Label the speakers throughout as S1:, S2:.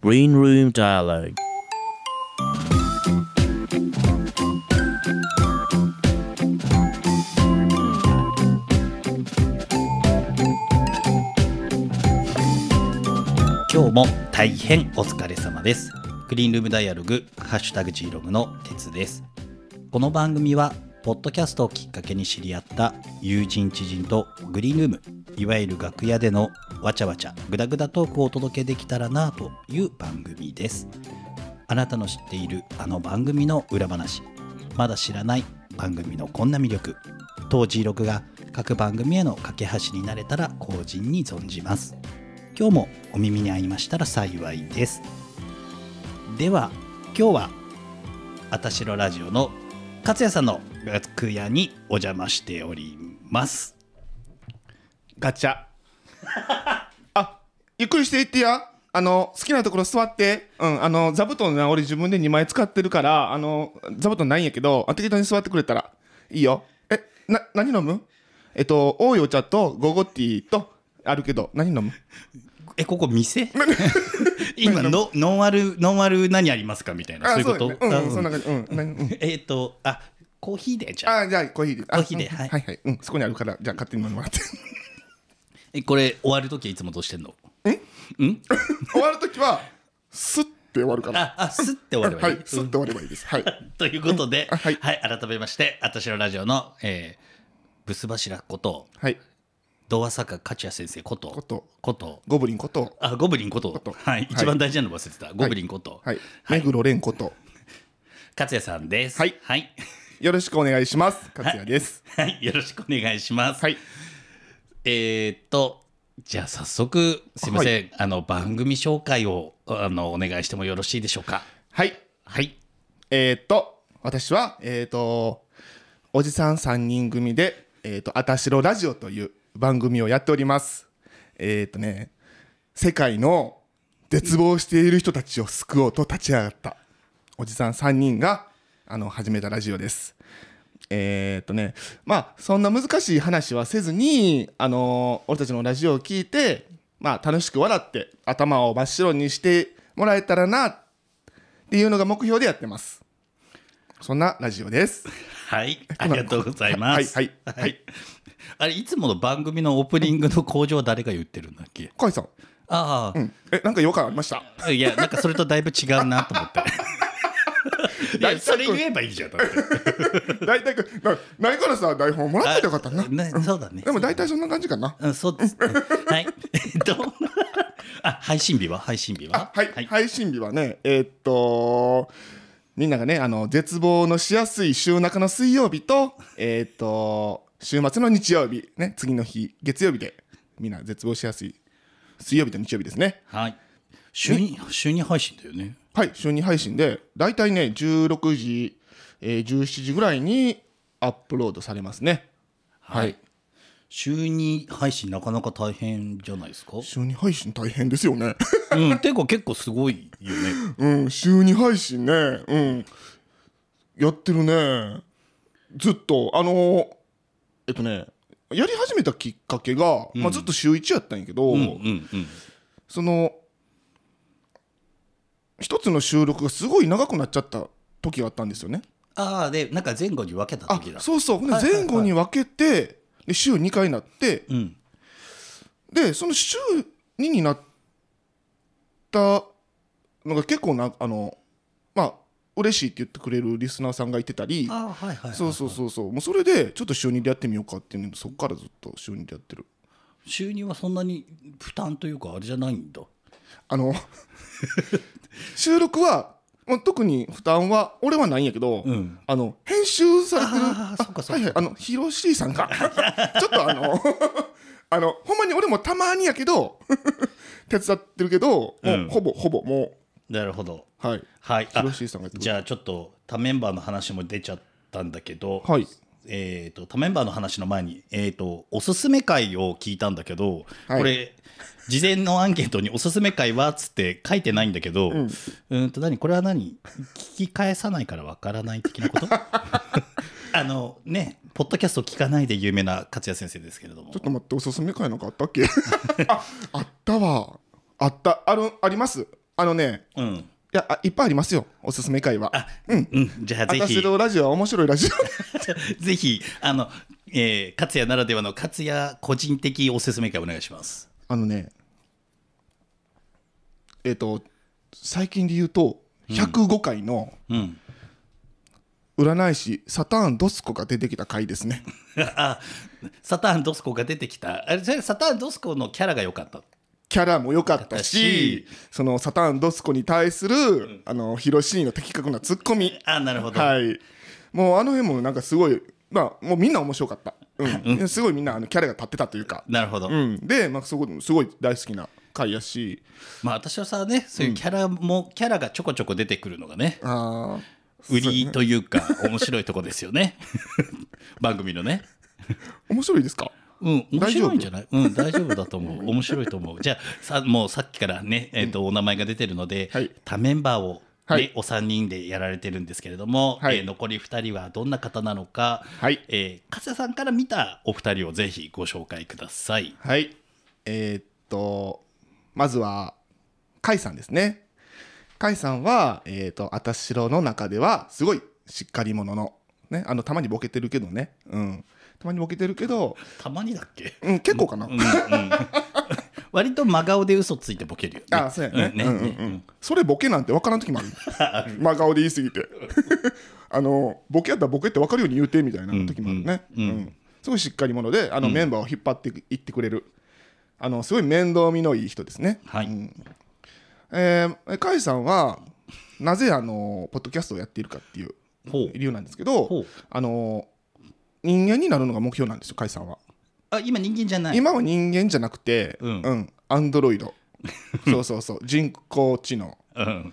S1: Green Room Dialogue
S2: 今日も大変お疲れ様ですクリーンルームダイアログハッシュタグ G ログの鉄ですこの番組はポッドキャストをきっかけに知り合った友人知人とグリーンルームいわゆる楽屋でのわちゃわちゃグダグダトークをお届けできたらなという番組ですあなたの知っているあの番組の裏話まだ知らない番組のこんな魅力当 G ログが各番組への架け橋になれたら後人に存じます今日もお耳に合いましたら幸いですでは今日はあたしろラジオの勝也さんの楽屋にお邪魔しております
S3: ガチャ。あ、ゆっくりしていってや。あの、好きなところ座って。うん、あの、座布団な、俺自分で2枚使ってるから、あの、座布団ないんやけど、あ適当に座ってくれたらいいよ。え、な、何飲むえっと、多いお茶とゴゴティーと、あるけど、何飲む
S2: えここ 店今のノンアルノンアル何ありますかみたいなそういうこと
S3: うだねうん、
S2: あ
S3: うん、そんな感じ。うん、何うん。
S2: えっ、とあコーヒーでじゃあ
S3: あ、じゃあコーヒーで。あ
S2: コーヒーで
S3: うん
S2: はい
S3: はいはい。うん、そこにあるから、じゃあ勝手に飲んでもらって。
S2: えこれ終わる時はいつもどうしてんの
S3: 終わるときは、スッて終わるから。
S2: ああすって終われば
S3: は
S2: い、
S3: いい、スッて終わればいいです。はい。
S2: ということで、
S3: あ
S2: は
S3: はいい、
S2: 改めまして、あたしのラジオの、えー、ブス柱こと、
S3: はい。
S2: 童話作家勝谷先生こと、
S3: こと、
S2: こと
S3: ゴブリンこと、
S2: あ、ゴブリンこと、
S3: こと
S2: はい、一番大事なの忘れてた、ゴブリンこと、
S3: はい。目黒蓮こと。
S2: 勝谷さんです。
S3: はい
S2: はい、
S3: よろしくお願いします。勝也です。
S2: はいよろしくお願いします。
S3: はい。
S2: えーっと、じゃあ早速、すいません、あの、番組紹介を、あの、お願いしてもよろしいでしょうか。
S3: はい。
S2: はい、
S3: えーっと、私は、えーっと、おじさん3人組で、えーっと、あたしろラジオという番組をやっております。えーっとね、世界の絶望している人たちを救おうと立ち上がった、おじさん3人が、あの、始めたラジオです。えーっとね、まあ、そんな難しい話はせずに、あの俺たちのラジオを聞いて、まあ、楽しく笑って、頭を真っ白にしてもらえたらな、っていうのが目標でやってます。そんなラジオ です。
S2: はい、ありがとうございます。
S3: はいはいはい
S2: あれ、いつもの番組のオープニングの工場は誰が言ってるんだっけ
S3: カイさん、
S2: ああ、
S3: え、なんか違和感ありました。
S2: いや、なんかそれとだいぶ違うなと思って。 いや、それ言えばいいじゃん。だって
S3: 大体、なないからさ、台本もらってたよかったな。
S2: ね、そうだね。
S3: でも大体そんな感じかな。
S2: うん、そうですね。はい。 えっと、あ、配信日は配信日は
S3: あ、はい、
S2: はい。
S3: 配信日はね、えーっと。みんながね、あの絶望のしやすい週中の水曜日と、えーっと、週末の日曜日、ね、次の日、月曜日で。みんな絶望しやすい。水曜日と日曜日ですね。
S2: はい。週に、週に配信だよね。
S3: はい、週2配信で、大体ね、16時、えー、17時ぐらいにアップロードされますね。はい。
S2: 週に配信なかなか大変じゃないですか。
S3: 週2配信大変ですよね。
S2: うん、てか結構すごいよね。
S3: うん、週2配信ね、うん。やってるね。ずっと、あのーえっとね、やり始めたきっかけが、まあ、ずっと週1やったんやけど、
S2: うん、うん、うん。
S3: その、一つの収録がすごい長くなっちゃった時があったんですよね。
S2: ああ、で、なんか前後に分けた
S3: あ
S2: 時だ。
S3: そうそう、ほん
S2: はい
S3: で
S2: はいはい
S3: 前後に分けて、で週2回になって、
S2: うん。
S3: でその週2になったのが結構なあのまあ嬉しいって言ってくれるリスナーさんがいてたり
S2: ああ、はい、はい。
S3: そうそうそうそうもうそれでちょっと週2でやってみようかっていうのでそこからずっと週2でやってる
S2: 収入はそんなに負担というかあれじゃないんだ
S3: あの収録は、まあ、特に負担は俺はないんやけど、
S2: うん
S3: あの編集されてる
S2: ああそっかそっか
S3: はいはいあのヒロシーさんが ちょっとあの あのほんまに俺もたまにやけど 手伝ってるけど、
S2: う
S3: も
S2: ん
S3: うほぼほぼも
S2: なるほど
S3: うはい
S2: はい
S3: ヒロシーさんがやってくれ
S2: じゃあちょっと他メンバーの話も出ちゃったんだけど、
S3: はい
S2: えー、と他メンバーの話の前に、えー、とおすすめ会を聞いたんだけど、
S3: はい
S2: これ事前のアンケートに「おすすめ会は?」っつって書いてないんだけど、うん、と何これは何聞き返さないからわからない的なこと あのねポッドキャストを聞かないで有名な勝也先生ですけれども
S3: ちょっ と待っておすすめ会なんかあったっけああったわあったあるありますあのね
S2: うん。
S3: いやあいっぱいありますよおすすめ会は
S2: あ、うん、うん、じゃあぜ
S3: 私
S2: ひ、
S3: のラジオは面白いラジ オ
S2: ぜひ、あの、えー、勝也ならではの勝也個人的おすすめ会お願いします。
S3: あのねえっ、と最近で言うと105回の
S2: うん。
S3: 占い師サターンドスコが出てきた回です ね
S2: あ、サターンドスコが出てきた。あれ、それサターンドスコのキャラが良かった。
S3: キャラも良かったし
S2: だ
S3: そのサターンドスコに対する、あのヒロシーの的確なツッコミ
S2: あ、なるほど。
S3: はいもうあの辺もなんかすごいまあもうみんな面白かった、うんすごいみんなあのキャラが立ってたというか、
S2: なるほど。
S3: うん、で、まあ、そこすごい大好きな回やし
S2: まあ、私はさ、ね、そういうキャラも、キャラがちょこちょこ出てくるのがね、
S3: あー
S2: 売りというか、面白いとこですよね。 番組のね。
S3: 面白いですか
S2: うん、面
S3: 大丈夫
S2: 白いんじゃないうん、大丈夫だと思う。面白いと思う。じゃあ、さもうさっきからね、えっ、と、お名前が出てるので、
S3: はい
S2: 他メンバーを、ね
S3: はい
S2: お三人でやられてるんですけれども、
S3: はい
S2: えー残り二人はどんな方なのか、
S3: はい
S2: えー、加瀬さんから見たお二人をぜひご紹介ください。
S3: はい。えーっと、まずは、甲斐さんですね。甲斐さんは、えーっと、あたしろの中では、すごいしっかり者の、ね、あの、たまにボケてるけどね。うん。たまにボケてるけど、
S2: たまにだっけ
S3: うん、結構かな。
S2: うんうん、 割と真顔で嘘ついてボケるよね。
S3: あそうやね。
S2: んね
S3: うんうんうんそれボケなんて分からん時もある。真顔で言いすぎ て。あの、ボケやったらボケって分かるように言うてみたいな時もあるね。
S2: うんうんうん
S3: うんすごいしっかり者で、あの、メンバーを引っ張っていってくれる。あの、すごい面倒見のいい人ですね。
S2: はい
S3: うんえー、カイさんは、なぜあの、ポッドキャストをやっているかっていう
S2: ほう
S3: 理由なんですけど
S2: ほう、
S3: あの、人間になるのが目標なんですよ、カイさんは。
S2: あ今人間じゃない。
S3: 今は人間じゃなくて、
S2: うん
S3: うん、アンドロイド。 そうそうそう、人工知能。
S2: うん、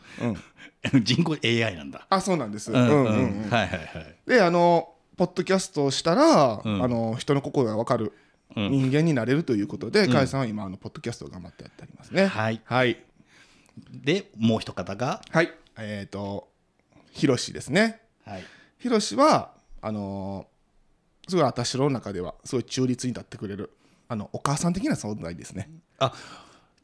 S3: う ん、
S2: 人工 AI なんだ。
S3: あそうなんです、
S2: う
S3: うんん
S2: う
S3: うんん
S2: う
S3: うんん
S2: はいはいはい。
S3: であのポッドキャストをしたら、
S2: うん
S3: あの人の心が分かる
S2: うん
S3: 人間になれるということで、甲斐さんは今あのポッドキャストを頑張ってやってありますね
S2: はい
S3: はい、
S2: でもう一方が、
S3: はいえっ、とヒロシですね
S2: はい、
S3: ヒロシはあのすごい私の中ではすごい中立に立ってくれるあのお母さん的な存在ですね
S2: あ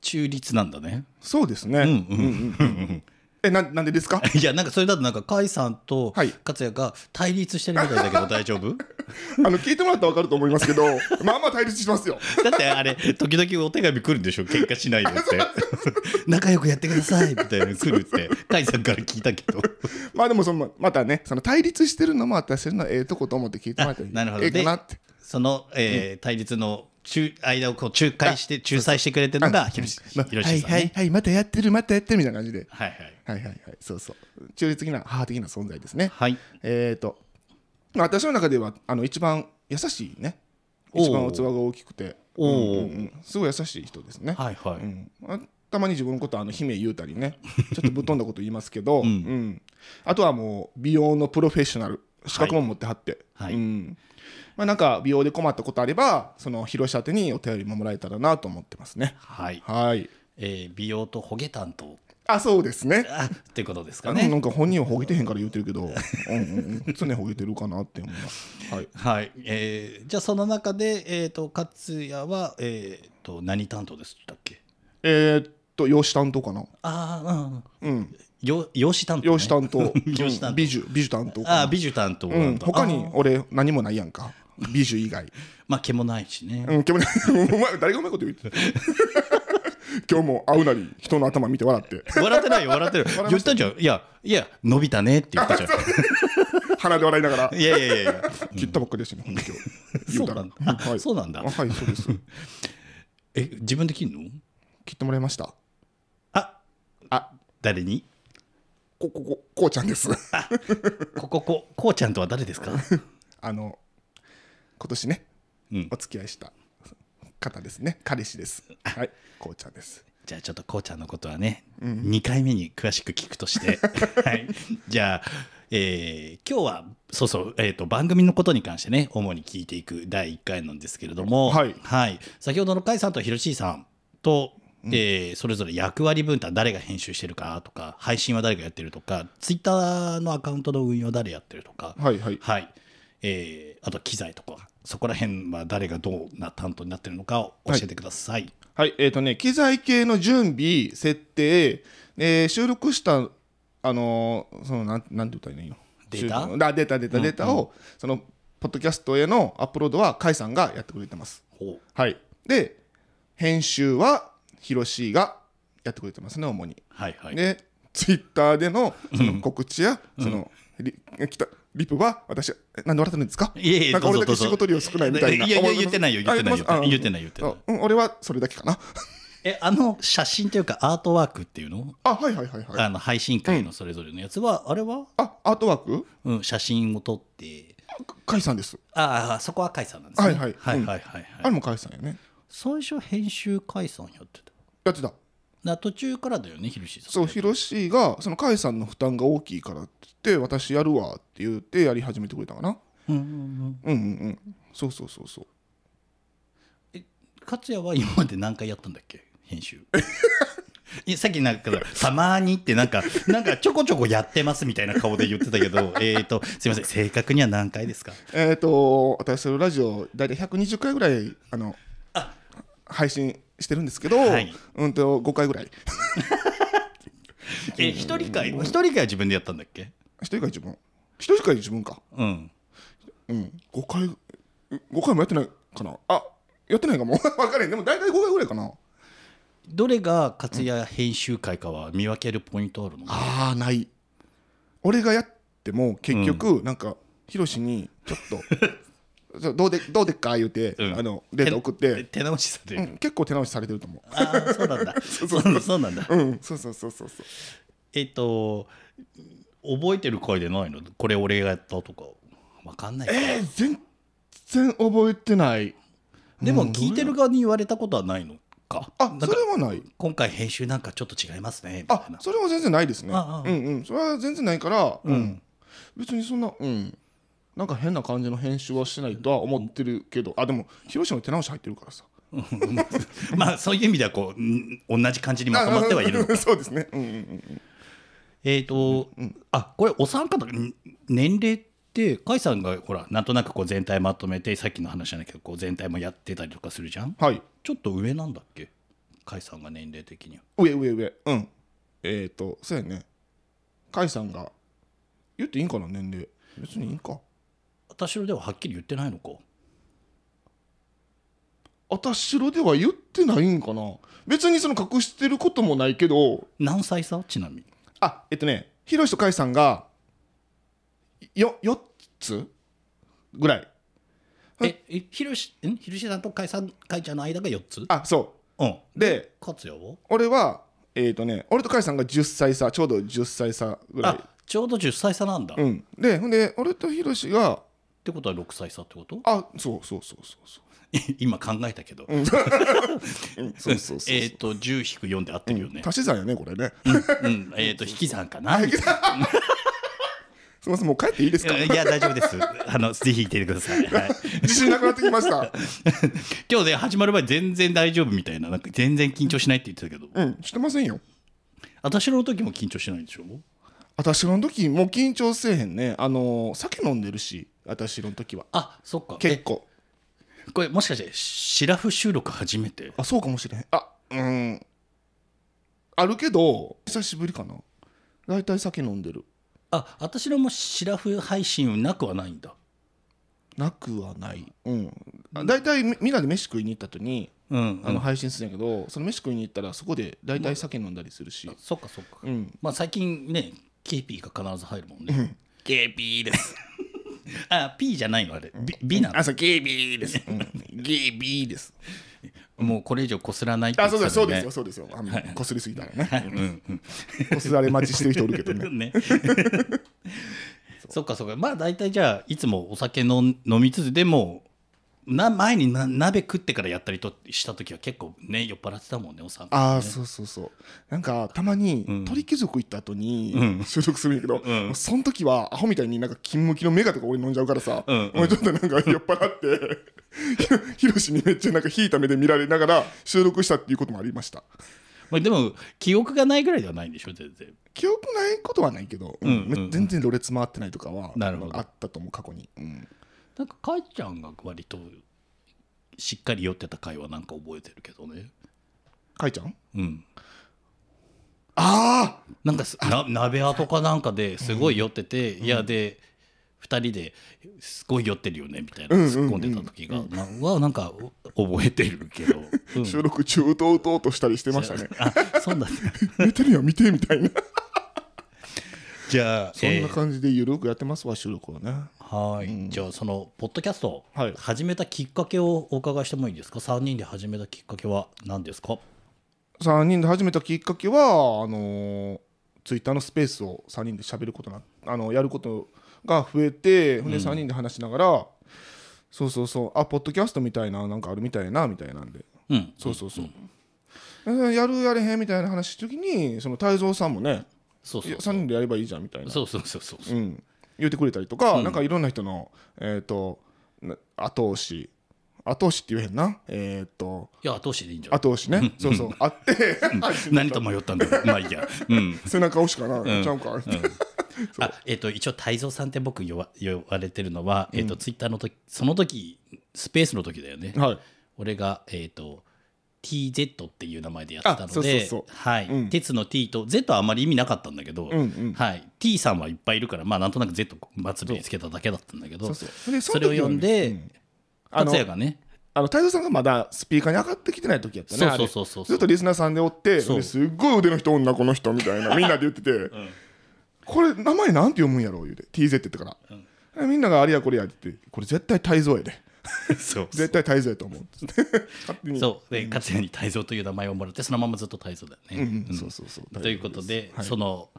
S2: 中立なんだね。
S3: そうですね、
S2: うんうん
S3: うんうんうんえななんでですか
S2: いやなんかそれだとなんか甲斐さんと
S3: はい
S2: 勝也が対立してるみたいだけど大丈夫
S3: あの聞いてもらったら分かると思いますけど まあまあ対立しますよ
S2: だってあれ時々お手紙来るんでしょ喧嘩しないでって仲良くやってくださいみたいなの来るって甲斐さんから聞いたけど
S3: まあでもそのまたねその対立してるのも私のええとこと思って聞いてもらったらいい
S2: なるほど
S3: ええかなって
S2: その、えー対立の中間をこう仲介して仲裁してくれてるのがひろしひ
S3: まあ
S2: ろ
S3: は
S2: し
S3: い
S2: さんね、
S3: はいはいまたやってるまたやってるみたいな感じで
S2: はいはい
S3: はいはいはいそうそう中立的な母的な存在ですね
S2: はい
S3: えっ、ー、とまあ私の中ではあの一番優しいね
S2: おー
S3: 一番器が大きくて
S2: おー
S3: うんうんうんすごい優しい人ですね、
S2: はいはい、
S3: うんあたまに自分のことあの姫言うた りねちょっとぶっ飛んだこと言いますけど、うんあとはもう美容のプロフェッショナル資格も持ってはって、
S2: はい
S3: うんまあ、なんか美容で困ったことあればその広し宛てにお便りももらえたらなと思ってますね
S2: はい
S3: はい
S2: えー美容とホゲ担当
S3: あそうですね
S2: あってことです
S3: あ
S2: か
S3: のな
S2: ね
S3: んか本人はほげてへんから言うてるけどうんうん、うん、常にほげてるかなって思います、はい、
S2: はい、えー、じゃあその中で、えー、と勝也は、えー、と何担当でしたっけ
S3: えー、っと養子担当かな
S2: ああ
S3: うん
S2: うんよ養子担当、ね、
S3: 養子担 当
S2: 養子担当
S3: うん美女美女担当かな
S2: ああ美女担当
S3: う
S2: なんんだ、
S3: 他に
S2: あー
S3: 俺何もないやんか美女以外
S2: まあ毛もないしね、
S3: うん、今日もね お前誰がうまいこと言って 今日も会うなり人の頭見て笑って
S2: 笑ってないよ笑ってる
S3: 笑い
S2: 言
S3: ま
S2: っ
S3: した
S2: たじゃんいやいや伸びたねって言ったじゃん
S3: 鼻で笑いながら
S2: いやいやいやいや
S3: 切ったばっかりですねほんと今日
S2: そう
S3: 言
S2: なんだ
S3: たら
S2: あそうなんだ
S3: あはいそうです
S2: え自分で切るの
S3: 切ってもらいました
S2: あ
S3: あ
S2: 誰に
S3: ここここうちゃんです
S2: ここここうちゃんとは誰ですか
S3: あの今年ね、
S2: うん
S3: お付き合いした方ですね彼氏ですはいこうちゃんです
S2: じゃあちょっとこうちゃんのことはね、2回目に詳しく聞くとして、 はい、じゃあ、えー今日はそうそう、えー、と番組のことに関してね主に聞いていく第1回なんですけれども、
S3: はい
S2: 先ほどの甲斐さんとひろしーさんと、えーそれぞれ役割分担誰が編集してるかとか配信は誰がやってるとかツイッターのアカウントの運用誰やってるとか、
S3: はいはい
S2: はい。えーあと機材とか、そこら辺は誰がどんな担当になってるのかを教えてください。
S3: はい、えっ、とね、機材系の準備、設定、えー収録した、あのーその、なん、なんて言ったらいいのよ。
S2: データ
S3: 収録だ、データ、データ、データを、その、ポッドキャストへのアップロードは、甲斐さんがやってくれてます。
S2: ほう
S3: はい。で、編集は、ヒロシがやってくれてますね、主に。
S2: はいはい、
S3: で、ツイッターでの、その、告知や、その、リ、来た、リプは、私、えなんで笑ってるんですか
S2: いえいえ
S3: なんか俺だ
S2: ど
S3: け
S2: うぞど
S3: 仕
S2: うぞ
S3: 事量少ないみたいな。
S2: いやいや
S3: 思
S2: 言ってないよ言ってないよ
S3: あ
S2: 言ってない言ってない
S3: あうん、俺はそれだけかな。
S2: えあの写真というかアートワークっていうの,、
S3: あ、はいはいはいはい。
S2: あの配信会のそれぞれのやつは、あれは、
S3: あ、アートワーク
S2: うん、写真を撮って
S3: 甲斐さんです。
S2: ああそこは甲斐さんなんですね
S3: はいはい
S2: はい
S3: うん
S2: はいはい
S3: あ
S2: は
S3: れ
S2: い
S3: も甲斐さんやね。
S2: 最初編集甲斐さんやってた
S3: やってた。
S2: な途中からだよねひろしさん
S3: そう、ヒロシが、その甲斐さんの負担が大きいからって言って、私やるわって言ってやり始めてくれたかな。
S2: うんうんうん
S3: うんうんうん。そうそうそうそう。
S2: 勝也は今まで何回やったんだっけ編集 いやさっきなんかたまにってなんか なんかちょこちょこやってますみたいな顔で言ってたけど えっとすいません正確には何回ですか
S3: えっ、と、私のラジオ、大体120回ぐらい、あの、配信してるんですけど、
S2: はい
S3: うんと、5回ぐらい。
S2: え一人会一人会は自分でやったんだっけ
S3: 一人が自分。一人が自分か。
S2: うん
S3: うん。5回、5回もやってないかな。あ、やってないかも。 わかんない。でも大体5回ぐらいかな。
S2: どれが勝也編集会かは見分けるポイントあるの
S3: ああない俺がやっても結局なんかヒロシにちょっと そうどうでどうでっか言うて、
S2: うん
S3: あのデータ送って、
S2: 手直しされ
S3: う
S2: る、
S3: ん、結構手直しされてると思
S2: ああそう なんだそうなんだそうなんだ
S3: ううんそうそうそうそうそう
S2: えっと覚えてる回でないのこれ俺がやったとかわかんないか
S3: えー、全然覚えてない
S2: でも聞いてる側に言われたことはないのか
S3: あ
S2: なん
S3: そ
S2: か
S3: れはない
S2: 今回編集なんかちょっと違いますねみた
S3: あ
S2: いな
S3: それは全然ないですね
S2: ああ
S3: うんうんそれは全然ないから、うん別にそんなうんなんか変な感じの編集はしてないとは思ってるけどあでもヒロシの手直し入ってるからさ
S2: まあそういう意味ではこううん同じ感じにまとまってはいるの
S3: そうですねうんうんうん
S2: えっと、あこれお三方ん年齢って甲斐さんがほらなんとなくこう全体まとめてさっきの話じゃないけどこう全体もやってたりとかするじゃん
S3: はい
S2: ちょっと上なんだっけ甲斐さんが年齢的には
S3: 上上上うんえっ、ー、とそうやね甲斐さんが言っていいんかな年齢別にいいんか
S2: 私のでははっきり言ってないのか
S3: 私ろでは言ってないんかな別にその隠してることもないけど
S2: 何歳差ちなみに
S3: あえっとねひろしと甲斐さんがよ4つぐらいはい
S2: ええひろしんひろしさんと甲斐さん甲斐ちゃんの間が4つ
S3: あそ
S2: うん
S3: うで
S2: 勝也は
S3: 俺はえっ、ー、とね俺と甲斐さんが10歳差ちょうど10歳差ぐらい
S2: あちょうど10歳差なんだ、
S3: う
S2: っ
S3: んでほんで俺とひろしが
S2: てことは6歳差ってこと
S3: あそうそうそうそうそう
S2: 今考えたけど、
S3: うんそうそうそうそう
S2: えっ、と10引く4で合ってるよね、
S3: 足し算やねこれね
S2: うんえっ、と引き算かない
S3: すみません、もう帰っていいですか。
S2: や大丈夫 ですあのぜひ聞いてください、はい、
S3: 自信なくなってき ました。
S2: 今日ね始まる前全然大丈夫みたいななんか全然緊張しないって言ってたけど
S3: うん、してませんよ。
S2: 私の時も緊張しないんでしょ
S3: 私の時もう緊張せえへんね。あのー酒飲んでるし、私の時は。
S2: あそっか
S3: 結構。
S2: えこれもしかしてシラフ収録初めて
S3: あ、そうかもしれへん。あ、うん。あるけど、久しぶりかな。大体酒飲んでる。
S2: あ私のもシラフ配信なくはないんだ
S3: なくはない。うん。あ大体みみんなで飯食いに行った後に、
S2: うん
S3: あの配信するんやけど、その飯食いに行ったら、そこで大体酒飲んだりするし。
S2: そっかそっか、
S3: うん。
S2: まあ最近ね KP が必ず入るもんね KP です あ P じゃないのあれ B, B なの
S3: あ、そう、ゲービーです。 うん、ゲービーです。
S2: もうこれ以上こすらないって言
S3: あ
S2: っ
S3: そう
S2: て
S3: で
S2: た
S3: す、そう
S2: ね
S3: ですよ、そうですよ。あのこすりすぎたらね。
S2: うんうん
S3: こすられ待ちしてる人お るけどね。
S2: ねそっかそっかまあ大体じゃあいつもお酒の飲みつつでもな前にな鍋食ってからやったりとした時は結構ね酔っ払ってたもんねおさん
S3: ああ、そうそうそう。なんか、たまに、鳥貴族行った後に収録するんやけど、
S2: うん
S3: その時は、アホみたいになんか、金向きのメガとか俺飲んじゃうからさ、
S2: うんうん
S3: 俺ちょっとなんか酔っ払って、 ひろひろしにめっちゃなんか引いた目で見られながら収録したっていうこともありました。
S2: まあ、でも記憶がないぐらいではないんでしょ全然
S3: 記憶ないことはないけど、うん
S2: うんうん
S3: 全然ろれつ回ってないとかは
S2: なるほど
S3: あったと思う、過去に。うん
S2: なんかかいちゃんが割としっかり酔ってた回はなんか覚えてるけどね
S3: かいちゃん
S2: うん
S3: ああ
S2: なんかす な鍋跡かなんかですごい酔ってて、いやで2人ですごい酔ってるよねみたいな
S3: うんうん
S2: 突っ込んでた時が、なはなんか覚えてるけ ど、うん
S3: 収録中とうとうとしたりしてましたね
S2: あそうなんだ
S3: 見てるよ見てみたいな
S2: じゃあ
S3: そんな感じでゆるくやってますわ収録はね
S2: はい、じゃあそのポッドキャスト
S3: はい
S2: 始めたきっかけをお伺いしてもいいですか3人で始めたきっかけは何ですか
S3: 3人で始めたきっかけはあのーツイッターのスペースを3人で喋ることなあのやることが増えてほんで3人で話しながら、そうそうそうあポッドキャストみたいななんかあるみたいなみたいなんで
S2: うん
S3: そうそうそう、えーやるやれへんみたいな話した時にその泰造さんもね
S2: そうそう
S3: 3人でやればいいじゃんみたいな
S2: そうそうそうそう
S3: う、
S2: そうん
S3: 言ってくれたりとか、なんかいろんな人の、えー、とな後押し後押しって言えへんなえっ、と
S2: いや後押しでいいんじゃない
S3: 後押しねそ うそうあって
S2: 何と迷ったんだろうまあいいやうん
S3: 背中押しかな、
S2: ん
S3: ちゃうか、
S2: あえっ、と一応泰造さんって僕呼ば呼ばれてるのは、えっとツイッターの時その時スペースの時だよね、
S3: はい
S2: 俺がえっ、と TZ っていう名前でやってた
S3: あ
S2: の
S3: そうそう
S2: で
S3: そう
S2: はい
S3: うん
S2: 鉄の T と Z はあまり意味なかったんだけど、
S3: うんうん
S2: はい、T さんはいっぱいいるからまあなんとなく Z 末尾につけただけだったんだけど
S3: そう
S2: そ
S3: そうで
S2: れを読んで、
S3: うんあの
S2: 達也がね
S3: あの太蔵さんがまだスピーカーに上がってきてない時やったね
S2: そうそうそうそう
S3: あれずっとリスナーさんでおって
S2: そう
S3: ですっごい腕の人女この人みたいなみんなで言ってて、これ名前なんて読むんやろ言うて TZ って言ったから、みんながあれやこれやって言ってこれ絶対太蔵やで
S2: そう
S3: 絶対太蔵やと思う勝手に
S2: そうで勝也に泰造という名前をもらってそのままずっと泰造だよね、
S3: うん
S2: う
S3: うんん、そうそうそう
S2: ということで、
S3: はい
S2: その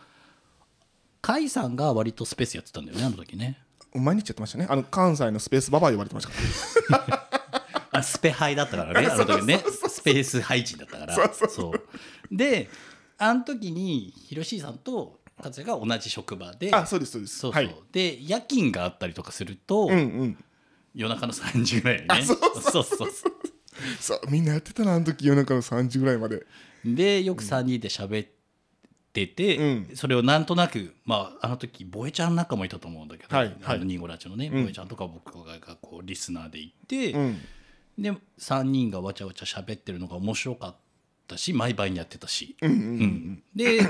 S2: 甲斐さんが割とスペースやってたんだよねあの時ね
S3: 毎日やってましたねあの関西のスペースババア言われてましたから
S2: あスペ配だったからね あの時ねスペース配置だったから
S3: そうそう
S2: そうであの時に広重さんと達也が同じ職場で
S3: あそうですそうです
S2: そうそう、
S3: はい
S2: で夜勤があったりとかすると、
S3: うんうん
S2: 夜中の3時ぐらいにね
S3: そう
S2: そうそう
S3: そうみんなやってたなあの時夜中の3時ぐらいまで
S2: でよく3人で喋ってて、
S3: うん
S2: それをなんとなく、まあ、あの時ボエちゃんなんかもいたと思うんだけど、
S3: はいはい
S2: あのニーゴラチのね、
S3: うん
S2: ボエちゃんとか僕がこうリスナーで行って、
S3: うん
S2: で3人がわちゃわちゃ喋ってるのが面白かったし毎晩やってたし、
S3: うんうんう
S2: うんん で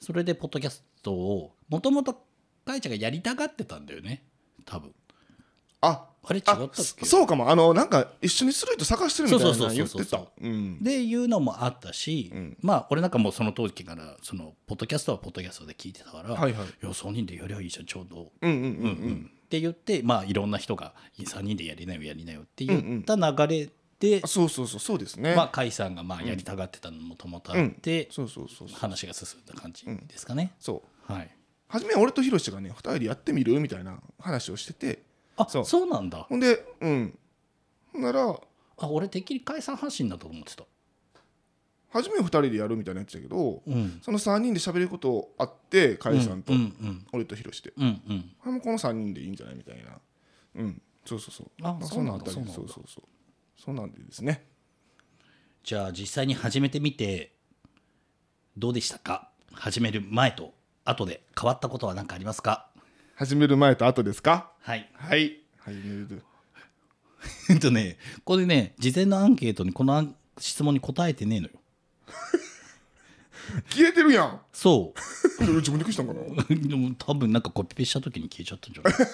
S2: それでポッドキャストをもともとかいちゃんがやりたがってたんだよね多分
S3: あ
S2: あれ違ったっ
S3: あ
S2: け
S3: そそうかもあのなんか一緒にする人探してるみたい
S2: そう
S3: な
S2: そ
S3: 言
S2: う
S3: っ
S2: そう
S3: て
S2: そう
S3: たうん
S2: でいうのもあったし、
S3: うん
S2: まあ俺なんかもうその当時からそのポッドキャストはポッドキャストで聞いてたから、
S3: はいはい
S2: や3人でやりゃいいじゃんちょうど、
S3: うんうんうんう
S2: うん
S3: ん
S2: って言ってまあいろんな人がいや3人でやりなよやりなよって言った流れで、
S3: あそうそうそうそうですね
S2: まあ甲斐さんがまあやりたがってたのもともとあって、
S3: そうそうそうそう
S2: 話が進んだ感じですかね、
S3: そう
S2: はい
S3: 初め俺とヒロシがね二人でやってみるみたいな話をしてて
S2: あそ
S3: そうう
S2: なんだ
S3: ほんでうんほんなら
S2: あ俺てっきり甲斐さん発信だと思ってた
S3: 初め二人でやるみたいなやつだけど
S2: うん
S3: その3人で喋ることあって甲斐さんと
S2: うんうん
S3: 俺とヒロシで
S2: うんうん
S3: あもうこの3人でいいんじゃないみたいなうんそうそうそう
S2: あ
S3: ま
S2: そうなんだ
S3: そ
S2: そうな
S3: う
S2: んだ
S3: そうそうそうそうなんでですね
S2: じゃあ実際に始めてみてどうでしたか始める前と後で変わったことは何かありますか
S3: 始める前と後ですか
S2: はい
S3: はい始める
S2: えっとねこれね事前のアンケートにこのアン質問に答えてねえのよ
S3: 消えてるやん
S2: そう
S3: 自分で消したんかな
S2: でも多分なんかコピペした時に消えちゃったんじゃない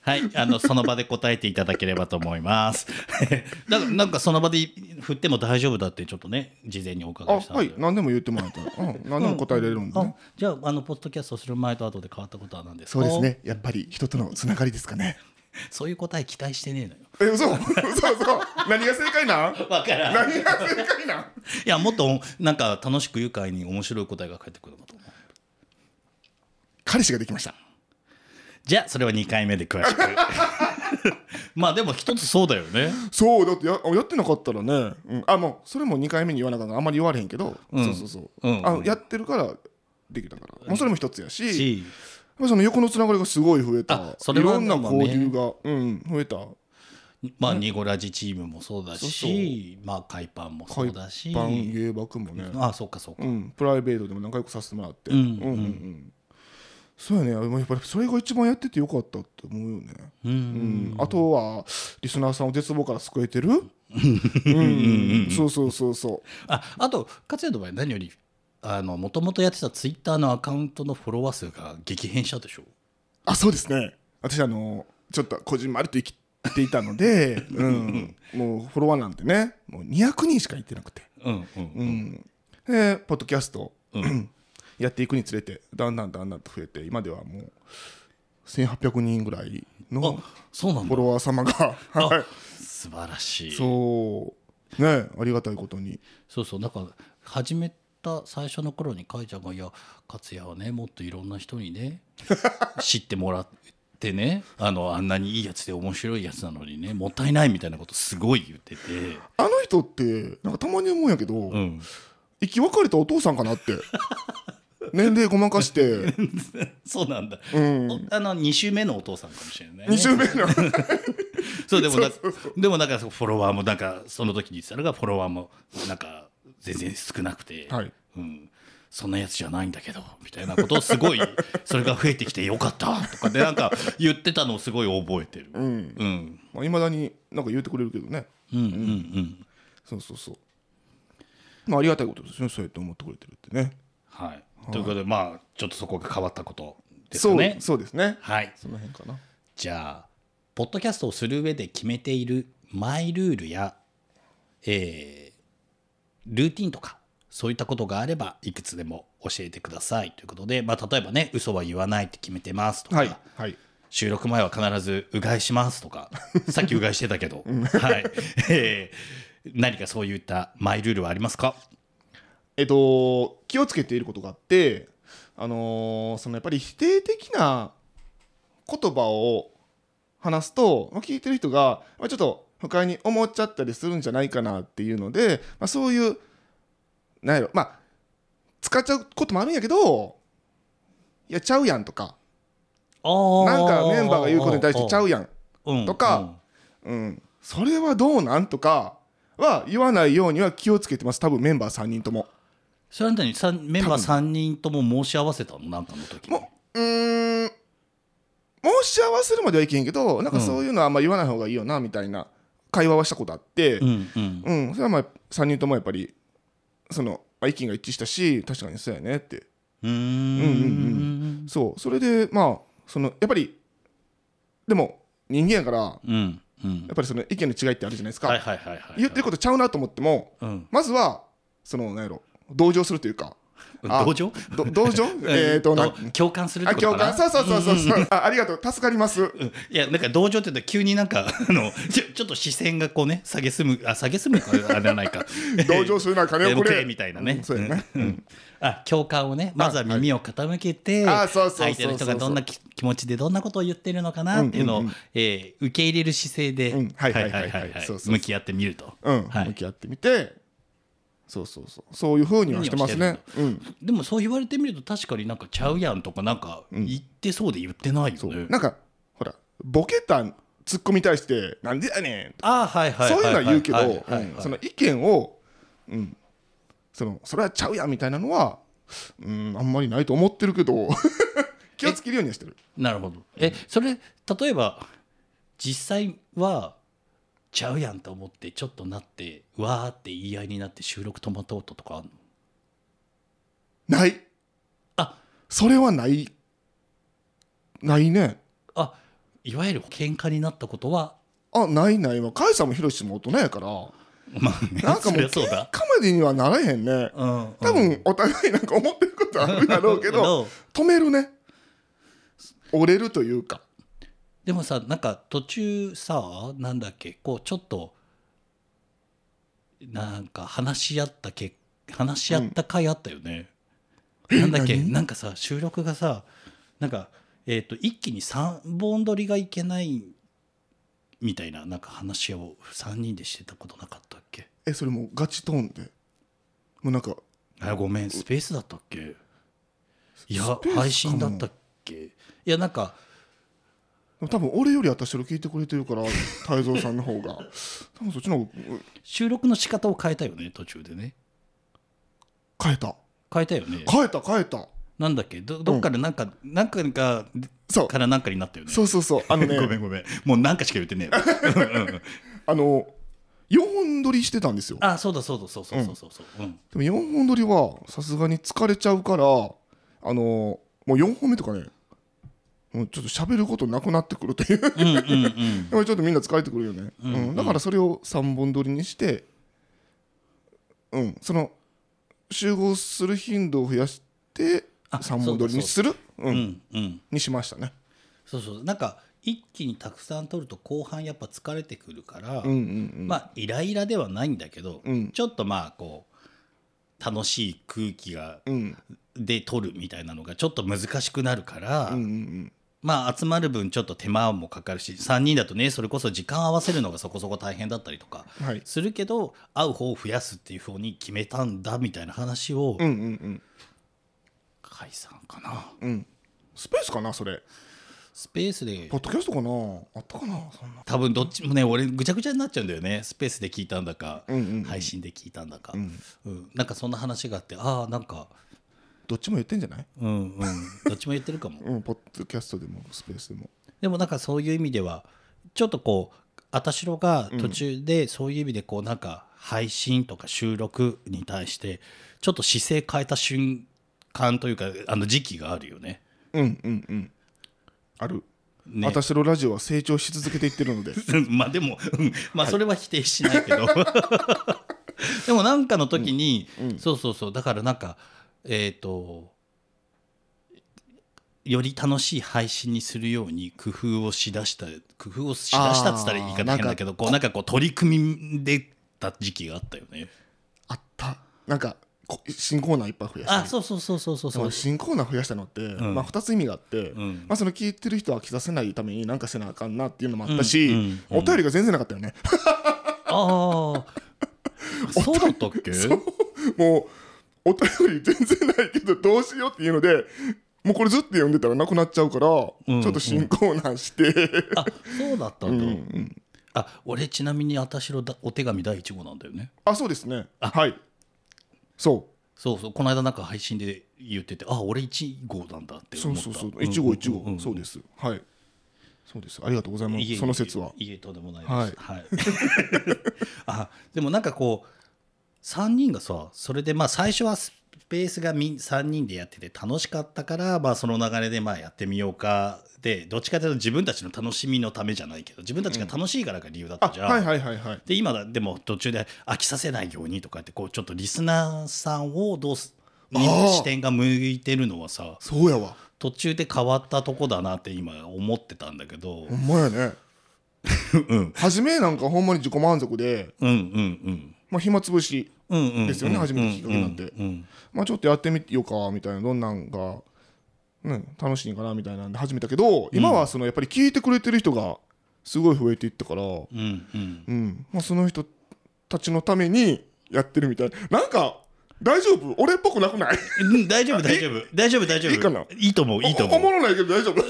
S2: はい、あのその場で答えていただければと思います。 だからなんかその場で振っても大丈夫だってちょっとね事前にお伺
S3: あ
S2: いしたんで。
S3: はい何でも言ってもらったら、うん、何でも答えられるんで、
S2: あ
S3: ね
S2: じゃああのポッドキャストする前と後で変わったことは何ですか。
S3: そうです。ねやっぱり人とのつながりですかね
S2: そういう答え期待してねえのよ。
S3: え嘘嘘嘘何が正解なん
S2: わからん。い
S3: 何が正解なん
S2: やもっとなんか楽しく愉快に面白い答えが返ってくるのかと思う。
S3: 彼氏ができました
S2: じゃあそれは2回目で詳し く。まあでも一つそうだよね。
S3: そうだってややってなかったらね、うん、あもうそれも2回目に言わなかったからあんまり言われへんけど、
S2: うん
S3: そうそうそう、
S2: うん
S3: あやってるからできたから、まあ、それも一つやし
S2: し
S3: まあその横のつながりがすごい増え
S2: あ
S3: た
S2: それはい
S3: ろんな交流が、うん、増えた
S2: まあ、ニゴラジチームもそうだし、
S3: そうそう
S2: まあ、海パンもそうだし、
S3: バン芸爆もね、
S2: ああ、そうか、そうか。
S3: うん、プライベートでも何回かさせてもらって、
S2: うん
S3: うんうんうんそうやねもうやっぱりそれが一番やっててよかったって思うよね
S2: う
S3: うんん、あとはリスナーさんを絶望から救え てる、うん、そうそうそうそ
S2: ああと勝也の場合何よりもともとやってたツイッターのアカウントのフォロワー数が激変したでしょ
S3: うあそうですね私あのちょっとこじんまりと生きていたので、 うん、もうフォロワーなんてねもう200人しかいってなくて、
S2: うんうん
S3: う
S2: うん
S3: ん、でポッドキャスト、 やっていくにつれてだんだんだんだんと増えて今ではもう1800人ぐらいの
S2: あそうなん
S3: フォ
S2: だ
S3: ロワー様が、 は
S2: 素晴らしい
S3: い、
S2: そう
S3: そうねありがたいことに
S2: そうなんか始めた最初の頃にかいちゃんが「いや勝也はねもっといろんな人に ね知ってもらってねあのあんなにいいやつで面白いやつなのにねもったいない」みたいなことすごい言ってて、
S3: あの人ってなんかたまに思うんやけど、
S2: うん、
S3: 生き別れたお父さんかなって 年齢ごまかして、
S2: そうなんだ、
S3: うん、
S2: おあの2週目のお父さんかもしれない、ね、
S3: 20名の
S2: そうでもなでもなんかフォロワーもなんかその時に言ってたのがフォロワーもなんか全然少なくて、
S3: はい
S2: うん、そんなやつじゃないんだけどみたいなことをすご いそれが増えてきてよかったとかでなんか言ってたのをすごい覚えてる。う
S3: うんん
S2: うん
S3: まあ、未だになんか言ってくれるけどね
S2: うんうん
S3: そうそうそうまあありがたいことですねそうやって思ってくれてるってね
S2: はい、ということでまあちょっとそこが変わったことです
S3: そ
S2: か
S3: う
S2: ね。
S3: そうですね
S2: はい、
S3: その辺かな
S2: じゃあポッドキャストをする上で決めているマイルールや、えールーティンとかそういったことがあればいくつでも教えてくださいということで、まあ、例えばね嘘は言わないって決めてますとか、
S3: はいはい
S2: 収録前は必ずうがいしますとか さっきうがいしてたけど、はいえー何かそういったマイルールはありますか
S3: えっと気をつけていることがあってあのーそのやっぱり否定的な言葉を話すと、まあ、聞いてる人が、まあ、ちょっと不快に思っちゃったりするんじゃないかなっていうので、まあ、そういうなんやろまあ使っちゃうこともあるんやけど「いやちゃうやん」とかなんかメンバーが言うことに対して「ちゃうやん
S2: うん
S3: とか、」うん「それはどうなん?」とかは言わないようには気をつけてます多分メンバー3人とも。
S2: それは何さんメンバー3人とも申し合わせたのなんかの時に
S3: もうーん申し合わせるまではいけんけどなんかそういうのはあんま言わない方がいいよなみたいな会話はしたことあって、う
S2: うんんうん、
S3: それはまあ3人ともやっぱりそのまあ意見が一致したし確かにそうやねって
S2: うん
S3: うんそうそれでまあそのやっぱりでも人間やからや
S2: うんうん
S3: っぱりその意見の違いってあるじゃないですか、
S2: はいはいはいはい
S3: 言ってることちゃうなと思っても
S2: うん
S3: まずはそのなんやろ同情するというかあ
S2: 同情
S3: ど 同情えっとな
S2: 共感するって
S3: あ
S2: こと
S3: 共
S2: かな
S3: 感そうそうそうそうそうあありがとう助かり ます
S2: うんいやなんか同情って言うと急になんか あのちょちょっと視線がこうね下げすむあ下げすむかあれじゃないか
S3: 同情するな金
S2: え
S3: を
S2: ー
S3: く
S2: く
S3: れ
S2: れみたいなね
S3: うんそうやね、
S2: あ共感をねまずは耳を傾けて
S3: あそうそうそうそう
S2: 相手の人がどんなき気持ちでどんなことを言ってるのかなっていうのを
S3: うんうんうん
S2: えー受け入れる姿勢で
S3: うんはいはいはいはい
S2: はい
S3: そうそうそう
S2: 向き合ってみると
S3: うん、
S2: はい
S3: 向き合ってみてそうそうそうそういうふうにはしてますねうん
S2: でもそう言われてみると確かになんかちゃうやんとかなんか言ってそうで言ってないよ
S3: そう、
S2: ね。
S3: なんかほらボケたツッコミに対してなんでやねんと
S2: ああはいは
S3: か
S2: い
S3: そういうのは言うけど
S2: はいはいはいはい
S3: うんその意見をうんそのそれはちゃうやんみたいなのはうんあんまりないと思ってるけど 気をつけるようにはしてる
S2: なるほど。えそれ例えば実際はちゃうやんと思ってちょっとなってわーって言い合いになって収録止まったこととかあんの
S3: ない
S2: あ
S3: それはないないね
S2: あいわゆる喧嘩になったことは
S3: あないないまあ甲斐さんもひろしも大人 やから
S2: まあね
S3: なんかもう
S2: そりゃそう
S3: 喧
S2: だ。
S3: 嘩までにはならへんね。
S2: うん、
S3: 多分お互いなんか思ってることある だろうけ ど、止めるね。折れるというか。
S2: でもさなんか途中さなんだっけこうちょっとなんか話し合ったけ話し合った回あったよね、なんだっけなんかさ収録がさなんか、えー、と一気に3本撮りがいけないみたいななんか話を3人でしてたことなかったっけ
S3: え、それもうガチトーンで。もうなんか、
S2: あごめんスペースだったっけい
S3: ス
S2: や
S3: ペースかも
S2: 配信だったっけいやなんか
S3: 多分俺より私それ聞いてくれてるから、太蔵さんの方が。 多分そっちの方がう
S2: 収録の仕方を変えたよね途中でね
S3: 変えた。
S2: 変えたよね
S3: 変えた変えた。
S2: なんだっけどどっからなんか、なんかが
S3: そう
S2: からなんかになったよね
S3: そうそうそうあ の
S2: ごめ
S3: ね
S2: んごめんもうなんかしか言ってね えうんうん
S3: あの4本撮りしてたんですよ
S2: あそうだそうだそうそうそうそうそう、うん
S3: でも4本撮りはさすがに疲れちゃうからあのもう4本目とかねもうちょっと喋ることなくなってくるというやっ
S2: うんうんうん
S3: ぱりちょっとみんな疲れてくるよね、うんだからそれを3本撮りにしてうんその集合する頻度を増やして
S2: あ
S3: 3本撮りにするう、
S2: うんんうん
S3: にしましたね
S2: そうそうなんか一気にたくさん取ると後半やっぱ疲れてくるから、
S3: うんうんうん
S2: まあイライラではないんだけど、
S3: うん
S2: ちょっとまあこう楽しい空気が
S3: うん
S2: で取るみたいなのがちょっと難しくなるから、
S3: うんうんうん
S2: まあ集まる分ちょっと手間もかかるし3人だとねそれこそ時間合わせるのがそこそこ大変だったりとか
S3: はい
S2: するけど会う方を増やすっていうふうに決めたんだみたいな話を、
S3: うんうんうん
S2: 解散かな
S3: うんスペースかなそれ
S2: スペースで
S3: ポッドキャストかなあったかなそんな
S2: 多分どっちもね俺ぐちゃぐちゃになっちゃうんだよねスペースで聞いたんだか、
S3: うんうんうん
S2: 配信で聞いたんだか、
S3: ん
S2: うんなんかそんな話があってああなんか
S3: どっちも言ってんじゃない
S2: うんうんどっちも言ってるかも
S3: うん、ポッドキャストでもスペースでも。
S2: でもなんかそういう意味ではちょっとこうあたしろが途中でそういう意味でこうなんか配信とか収録に対してちょっと姿勢変えた瞬間というかあの時期があるよね。
S3: うんうんうん。ある。
S2: ね
S3: 私のラジオは成長し続けていってるので。
S2: うんまあでも、うんまあそれは否定しないけど でもなんかの時に、そうそうそうだからなんかえっ、とより楽しい配信にするように工夫をしだした工夫をしだしたっつったら言い方変だけどこうなんかこう取り組んでた時期が あったよね。
S3: あった。なんか、こ新コーナーいっぱい増やした。
S2: あそうそうそうそうそう
S3: そ
S2: そ
S3: の
S2: う。
S3: 新コーナー増やしたのって、
S2: ん
S3: まあ、2つ意味があって、
S2: ん
S3: まあ、その聞いてる人は飽きさせないためになんかせなあかんなっていうのもあったし、
S2: うんうん
S3: お便りが全然なかったよね
S2: ああそうだったっけ
S3: もうお便り全然ないけどどうしようっていうのでもうこれずっと読んでたらなくなっちゃうから、
S2: んうん
S3: ちょっと新コーナーして、
S2: あそうだったんだ。
S3: うんうん
S2: あ俺ちなみにあたしろだお手紙第1号なんだよね。
S3: あそうですねはいそう
S2: そうそうこの間なんか配信で言っててあ俺1号なんだって
S3: そ
S2: 思
S3: う
S2: った
S3: そうそう、
S2: ん
S3: 一号一号、
S2: んん
S3: そうです。はい。そうです。ありがとうございま
S2: いえいえい
S3: す。
S2: え
S3: その説は。
S2: いえとんでもないですはい、 あでもなんかこう3人がさそれでまあ最初はスペースが3人でやってて楽しかったから、まあ、その流れでまあやってみようかでどっちかというと自分たちの楽しみのためじゃないけど自分たちが楽しいからが理由だっ
S3: あ、
S2: たじゃん、
S3: はいはいはいはい。
S2: で今だでも途中で飽きさせないようにとかってこうちょっとリスナーさんをどうすに
S3: あー
S2: 視点が向いてるのはさ
S3: そうやわ。
S2: 途中で変わったとこだなって今思ってたんだけど、
S3: ほんまやね。
S2: うん、
S3: 初めなんかほんまに自己満足で、
S2: うんうんうん
S3: まあ暇つぶし、
S2: うんうんうん
S3: ですよね初めてきっかけなんて
S2: うんうん
S3: まあちょっとやってみようかみたいなどんなんが、ね、楽しいんかなみたいなんで始めたけど、今はそのやっぱり聞いてくれてる人がすごい増えていったから、う
S2: うんうんうん
S3: ん、まあその人たちのためにやってるみたい。なんか大丈夫？俺っぽくなくない？
S2: うん大丈夫大丈夫大丈夫大丈夫
S3: いいかない
S2: いと思ういいと思
S3: お
S2: う
S3: もろないけど大丈 夫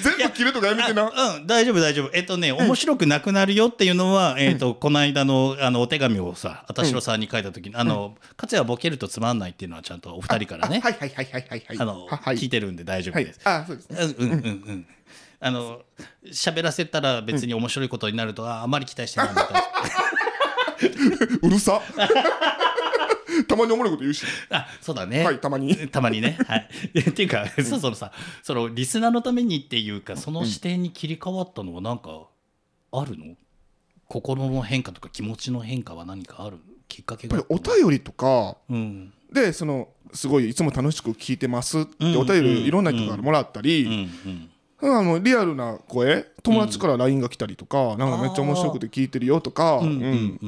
S3: 全部切れとかやめてな
S2: あうん大丈夫大丈夫えっとね面白くなくなるよっていうのは、えっとこの間のあのお手紙をさあたしろさんに書いた時に、あのかつやボケるとつまんないっていうのはちゃんとお二人からね
S3: はいはいはいはいはいはい
S2: あの、
S3: ははい
S2: 聞いてるんで大丈夫
S3: は
S2: で
S3: い
S2: す。
S3: あそうですね
S2: うんうんうんうん。あの喋らせたら別に面白いことになるとはあまり期待してないみた いな。
S3: うる さたまにおもろいこと言うし
S2: あそうだね。
S3: はいたまに
S2: たまにね。 はい。っていうか、そうそのさ、そのリスナーのためにっていうか、その視点に切り替わったのはなんかあるの、心の変化とか気持ちの変化は何かあるきっかけが
S3: や
S2: あ
S3: っ
S2: る
S3: ぱりお便りとか
S2: うん。
S3: でそのすごいいつも楽しく聞いてますって
S2: うん
S3: お便りいろんな人からもらったり、
S2: うんうん。
S3: あのリアルな声友達から LINE が来たりとか、なんかめっちゃ面白くて聞いてるよとか、
S2: うんうん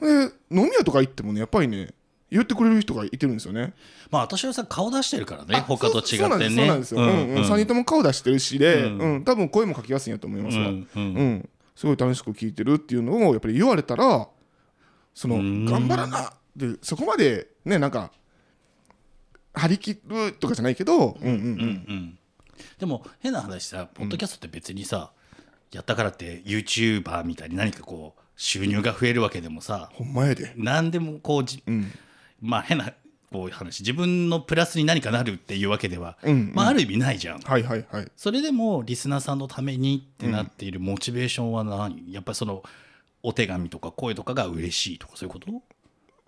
S2: うん。
S3: うんで飲み屋とか行ってもねやっぱりね言ってくれる人がいてるんですよね
S2: まあ私はさ、顔出してるからね、他と違ってね。
S3: そうなんですそうなんですよ、うんうん3人とも顔出してるしで、
S2: うん
S3: うん多分声も書きやすいんやと思いますわ、
S2: う
S3: うんん
S2: うん
S3: すごい楽しく聞いてるっていうのをやっぱり言われたらその
S2: ん
S3: 頑張らなでそこまでねなんか張り切るとかじゃないけど、うんうんうん
S2: うんでも変な話さポッドキャストって別にさ、やったからって YouTuber みたいに何かこう収入が増えるわけでもさ
S3: ほんまやで、
S2: 何でもこうじ、
S3: うん、
S2: まあ変なこういう話自分のプラスに何かなるっていうわけでは、
S3: うんうん
S2: まあ、ある意味ないじゃん。
S3: はいはいはい
S2: それでもリスナーさんのためにってなっているモチベーションは何、やっぱりそのお手紙とか声とかが嬉しいとかそういうこと、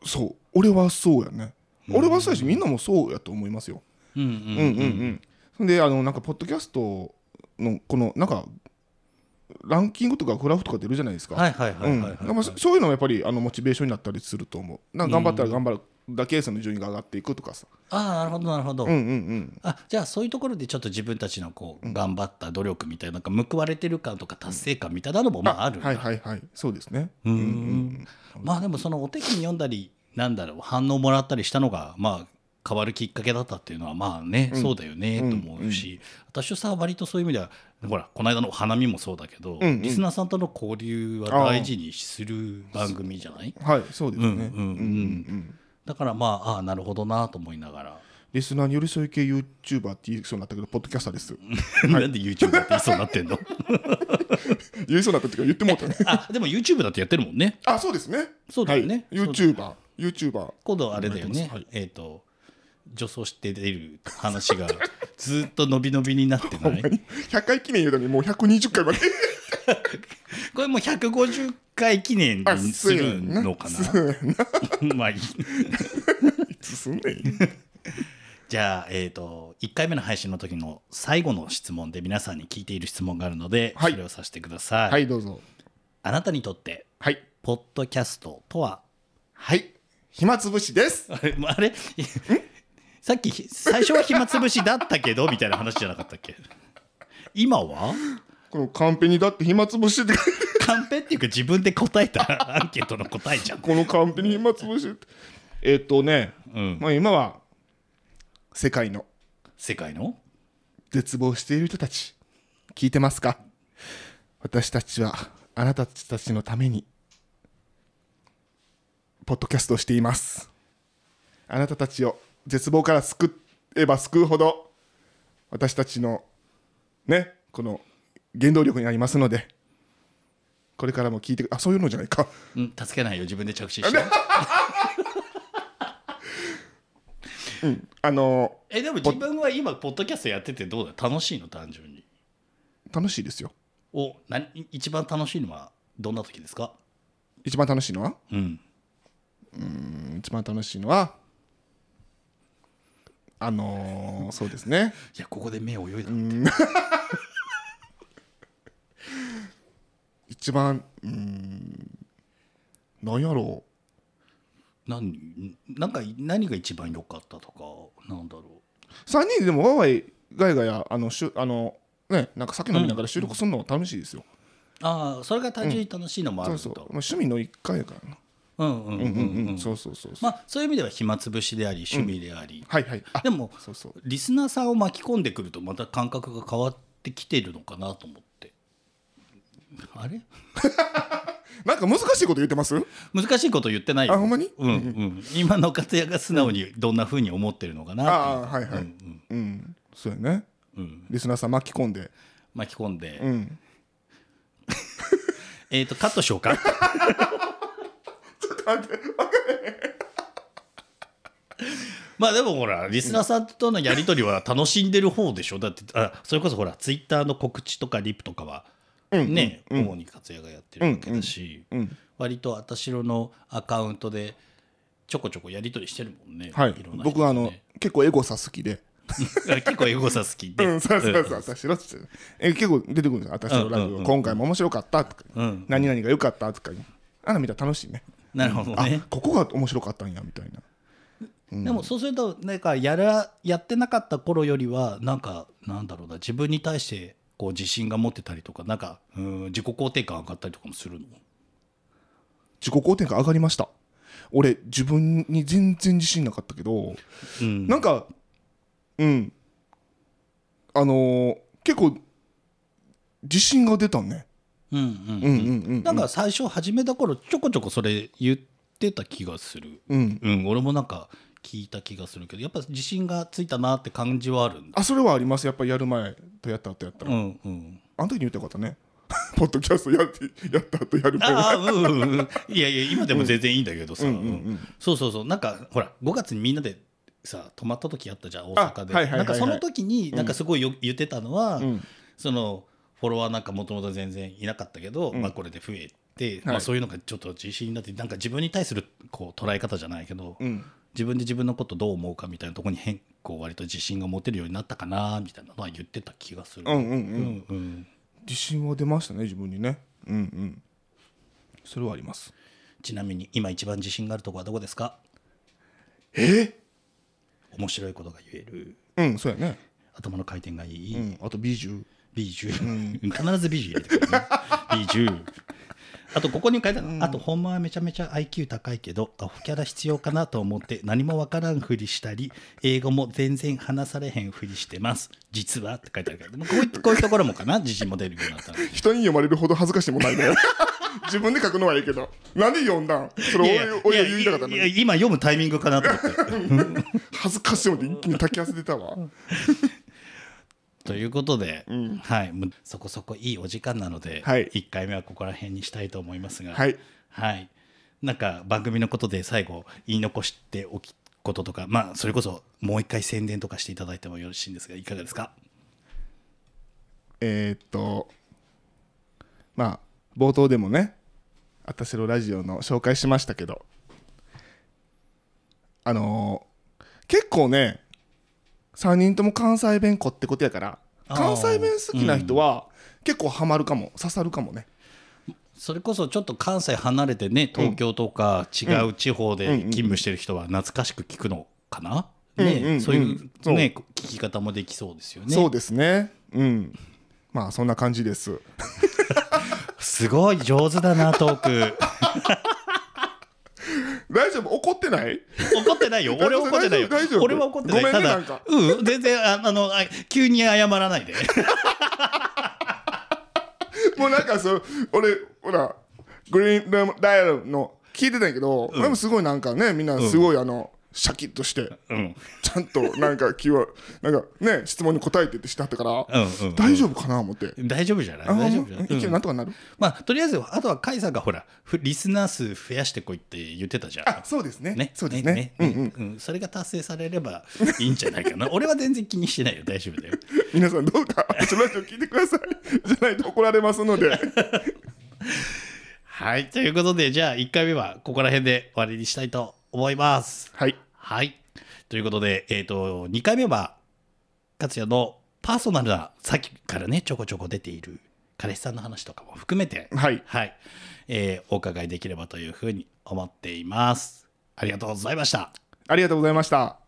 S3: そう俺はそうやね俺はそうやしみんなもそうやと思いますよ
S2: うんうん
S3: うんうんうんそんであのなんかポッドキャストのこのなんかランキングとかグラフとか出るじゃないですか
S2: はいはいは
S3: う
S2: い
S3: ん
S2: はい、はい
S3: まあそそういうのもやっぱりあのモチベーションになったりすると思うなんか頑張ったら頑張るだけその順位が上がっていくとかさ
S2: ああなるほどなるほど、
S3: うんうんうん
S2: あじゃあそういうところでちょっと自分たちのこう頑張った努力みたいななんか報われてる感とか達成感みたいなのもまああるんだ
S3: はいはいはいそうですね
S2: うんまあでもそのお手紙読んだりなんだろう反応もらったりしたのがまあ変わるきっかけだったっていうのはまあね、そうだよねと思うし、私はさ割とそういう意味ではほらこの間のお花見もそうだけど、
S3: うんうん
S2: リスナーさんとの交流は大事にする番組じゃない
S3: はいそうですね
S2: うんうんうん
S3: うん
S2: だからまあああなるほどなと思いなが ら、
S3: リスナーに寄り添い系 YouTuber って言いそうになったけどポッドキャスターです
S2: なんで YouTube だって言いそうになってんの
S3: 言いそうになったっていうか 言ってもうたね
S2: あでも YouTube だってやってるもんね
S3: あそうですね
S2: そうだよね
S3: はい YouTuber YouTuber
S2: 今度あれだよね、えっ、と女装して出る話 がずっと伸び伸びになってない
S3: 100回記念言うたのにもう120回まで
S2: これもう150回記念
S3: あ
S2: にするのか
S3: そうやな
S2: な まあいい
S3: 進んでいい
S2: じゃあ、えー、と1回目の配信の時の最後の質問で皆さんに聞いている質問があるので、
S3: はい
S2: それをさせてください、
S3: はいどうぞ
S2: あなたにとって
S3: はい
S2: ポッドキャストとは
S3: はい暇つぶしです
S2: あれ あれさっき最初は暇つぶしだったけどみたいな話じゃなかったっけ今は
S3: このカンペにだって暇つぶしって
S2: カンペっていうか自分で答えた アンケートの答えじゃん。
S3: このカンペに暇つぶしってえっとね、
S2: うん
S3: まあ、今は世界の
S2: 世界の
S3: 絶望している人たち聞いてますか私たちはあなたたちのためにポッドキャストをしていますあなたたちを絶望から救えば救うほど私たちのねこの原動力になりますのでこれからも聞いてくあそういうのじゃないか
S2: うん、助けないよ、自分で着地して。
S3: あの
S2: え、でも自分は今、ポッドキャストやっててどうだ楽しいの単純に。
S3: 楽しいですよ
S2: お、なに一番楽しいのはどんな時ですか
S3: 一番楽しいのは
S2: うん。
S3: うん一番楽しいのはあのーそうですね
S2: いや、ここで目泳いだ。
S3: 一番うーん何やろう
S2: 何、なんか、何が一番良かったとか、なんだろ
S3: 3人でもワイワイガヤガヤあのしゅあのねなんか酒飲みながら収録するのも楽しいですよ、
S2: う。ああ、それが単純に楽しいのもあ
S3: そ
S2: る
S3: うんそう、ま
S2: だ。、
S3: あ趣味の一回やからな
S2: うんうんうん
S3: うんうん
S2: う
S3: うんん。そうそうそうそ
S2: ま
S3: う、
S2: あ、そういう意味では暇つぶしであり、趣味であり。
S3: はいはいあ
S2: でも、
S3: そうそう
S2: リスナーさんを巻き込んでくるとまた感覚が変わってきてるのかなと思ってあれ
S3: なんか難しいこと言ってます
S2: 難しいこと言ってないよ
S3: あほんまに
S2: うんうん、今の方やが素直にどんなふうに思ってるのか
S3: ああ
S2: な
S3: はいはいうん、そうやね
S2: と、うん、
S3: リスナーさん巻き込んで
S2: 巻き込んで、
S3: うん
S2: えっ、とカットしようかまあでもほらリスナーさんとのやり取りは楽しんでる方でしょだってあそれこそほらツイッターの告知とかリプとかはね、主に勝也がやってるわけだし、
S3: うん
S2: 割と私ろのアカウントでちょこちょこやり取りしてるもんね、
S3: はい
S2: ろんな人とね
S3: 僕はあの結構エゴさ好きで
S2: 結構エゴサ好きで、
S3: うん、そうそうそう、私のっつってえ結構出てくるんですよ、私のラジオ、
S2: うんうんうん
S3: 今回も面白かったとか、
S2: うん
S3: 何々が良かったとか、あの見たら楽しいね。
S2: なるほどね
S3: あここが面白かったんやみたいな。
S2: でもそうするとなんかやらやってなかった頃よりはなんかなんだろうな自分に対してこう自信が持ってたりとかなんかうん自己肯定感上がったりとかもするの
S3: 自己肯定感上がりました。俺、自分に全然自信なかったけど、
S2: うん
S3: なんか、うん、あのー結構、自信が出たね。
S2: うん
S3: う
S2: うんん
S3: うんうん。
S2: なんか最初始めた頃ちょこちょこそれ言ってた気がする
S3: うん、
S2: うん俺もなんか聞いた気がするけどやっぱ自信がついたなって感じはあるんだ
S3: あそれはあります、やっぱりやる前とやった後やったら。
S2: うんうん
S3: あの時に言ってよかったね。 ポッドキャストやってやった後やる前
S2: ああうんうんうんいやいや今でも全然いいんだけどさ、
S3: うんうんうん
S2: そうそうそうなんかほら5月にみんなでさ泊まった時あったじゃん大阪で、
S3: あはいはいはいはい
S2: なんかその時になんかすごいよ、言ってたのは、
S3: うん
S2: そのフォロワーなんかもともと全然いなかったけど、
S3: うん
S2: まあ、これで増えて、
S3: は
S2: まあ、
S3: い
S2: そういうのがちょっと自信になってなんか自分に対するこう捉え方じゃないけど、
S3: うん
S2: 自分で自分のことどう思うかみたいなところに変こう割と自信が持てるようになったかなみたいなのは言ってた気がする。
S3: うんうんうん
S2: うんうん
S3: 自信は出ましたね自分にねうんうんそれはあります
S2: ちなみに今一番自信があるとこはどこですか
S3: え
S2: 面白いことが言える
S3: うんそうやね
S2: 頭の回転がいい、
S3: うんあと美獣
S2: B10、必ず B10 入れてくるね B10 あとここに書いてある、あとほんまはめちゃめちゃ IQ 高いけどアホキャラ必要かなと思って何もわからんふりしたり英語も全然話されへんふりしてます実はって書いてあるけどでもこういこういうところもかな自信も出るようになったの
S3: 人に読まれるほど恥ずかしいもんない ね自分で書くのはいいけどなんで読んだんそれ俺俺が言いたかった
S2: い
S3: のに
S2: やいや今読むタイミングかなと思って
S3: 恥ずかしいもんで一気に炊き汗出たわ
S2: ということで、
S3: ん
S2: はい、もうそこそこいいお時間なので、
S3: はい
S2: 1回目はここら辺にしたいと思いますが、
S3: はい
S2: はいなんか番組のことで最後言い残しておきこととか、まあ、それこそもう一回宣伝とかしていただいてもよろしいんですがいかがですか
S3: えーっとまあ冒頭でもね「あたしろラジオ」の紹介しましたけどあのー結構ね3人とも関西弁こってことやから
S2: あー
S3: 関西弁好きな人は結構ハマるかも、刺さるかもね
S2: それこそちょっと関西離れてね東京とか違う地方で勤務してる人は懐かしく聞くのかな、
S3: うんうんう
S2: ね、
S3: ん
S2: そういう、
S3: そう
S2: ね、聞き方もできそうですよね。
S3: そうですねうんまあそんな感じです
S2: すごい上手だなトーク
S3: 大丈夫怒ってない
S2: 怒ってないよ。俺は怒ってないよ
S3: 大丈夫大丈。夫
S2: 俺は怒ってない。
S3: ごめんね
S2: ただ、
S3: なんか
S2: うん、全然、ああの、あ急に謝らないで。
S3: もうなんかそう俺ほらグリーンルームダイヤルの聞いてたんやけど、俺もすごいなんかねみんなすごいあの、シャキッとして
S2: うん。
S3: ちゃんとなんか気は なんかね質問に答えてってしてはったから、
S2: うんうん
S3: 大丈夫かな思って。
S2: 大丈夫じゃない
S3: あ
S2: 大丈夫じゃなん
S3: う
S2: い
S3: いける
S2: うん
S3: なんとかなる、
S2: まあ、とりあえず、あとは、カイさんがほら、ふリスナー数増やしてこいって言ってたじゃん。
S3: あそうですね
S2: ね、
S3: そうですね
S2: ねねうんそれが達成されればいいんじゃない かな俺は全然気にしてないよ大丈夫だよ
S3: 皆さんどうか私のラジオ聞いてください じゃないと怒られますの で
S2: はいということでじゃあ1回目はここら辺で終わりにしたいと思います
S3: はい
S2: はい。ということで、えっ、と、2回目は、勝也のパーソナルな、さっきからね、ちょこちょこ出ている彼氏さんの話とかも含めて、
S3: はい
S2: はい。えーお伺いできればというふうに思っています。ありがとうございました。
S3: ありがとうございました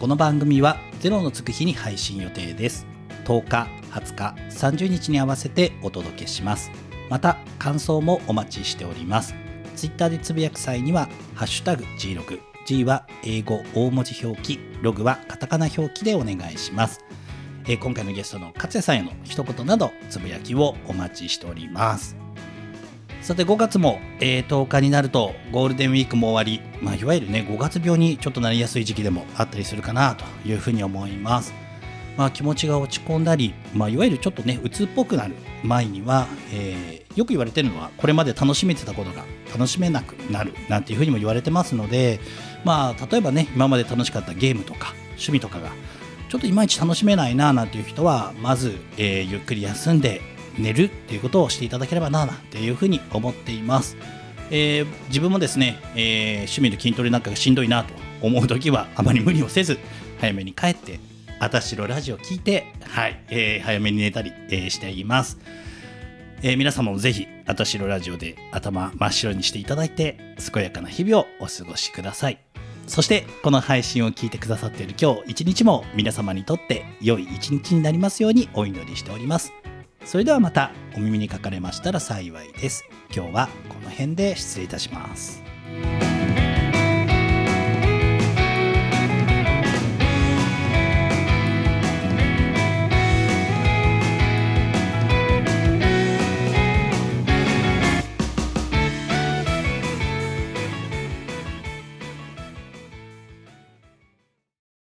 S2: この番組はゼロのつく日に配信予定です10日20日30日に合わせてお届けしますまた感想もお待ちしておりますツイッターでつぶやく際にはハッシュタグ G ログ G は英語大文字表記ログはカタカナ表記でお願いしますえー今回のゲストの勝也さんへの一言などつぶやきをお待ちしておりますさて5月も、えー10日になるとゴールデンウィークも終わり、まあ、いわゆるね5月病にちょっとなりやすい時期でもあったりするかなというふうに思います、まあ、気持ちが落ち込んだり、まあ、いわゆるちょっとね鬱っぽくなる前には、えーよく言われてるのはこれまで楽しめてたことが楽しめなくなるなんていうふうにも言われてますので、まあ、例えばね今まで楽しかったゲームとか趣味とかがちょっといまいち楽しめないななんていう人はまず、えーゆっくり休んで寝るっていうことをしていただければなっていうふうに思っています、えー自分もですね、えー趣味の筋トレなんかがしんどいなと思う時はあまり無理をせず早めに帰ってあたしろラジオ聞いて、はいえー早めに寝たり、えーしていますえー皆様もぜひ、あたしろラジオで頭真っ白にしていただいて、健やかな日々をお過ごしください。そして、この配信を聞いてくださっている今日一日も皆様にとって良い一日になりますようにお祈りしております。それではまたお耳にかかれましたら幸いです。今日はこの辺で失礼いたします。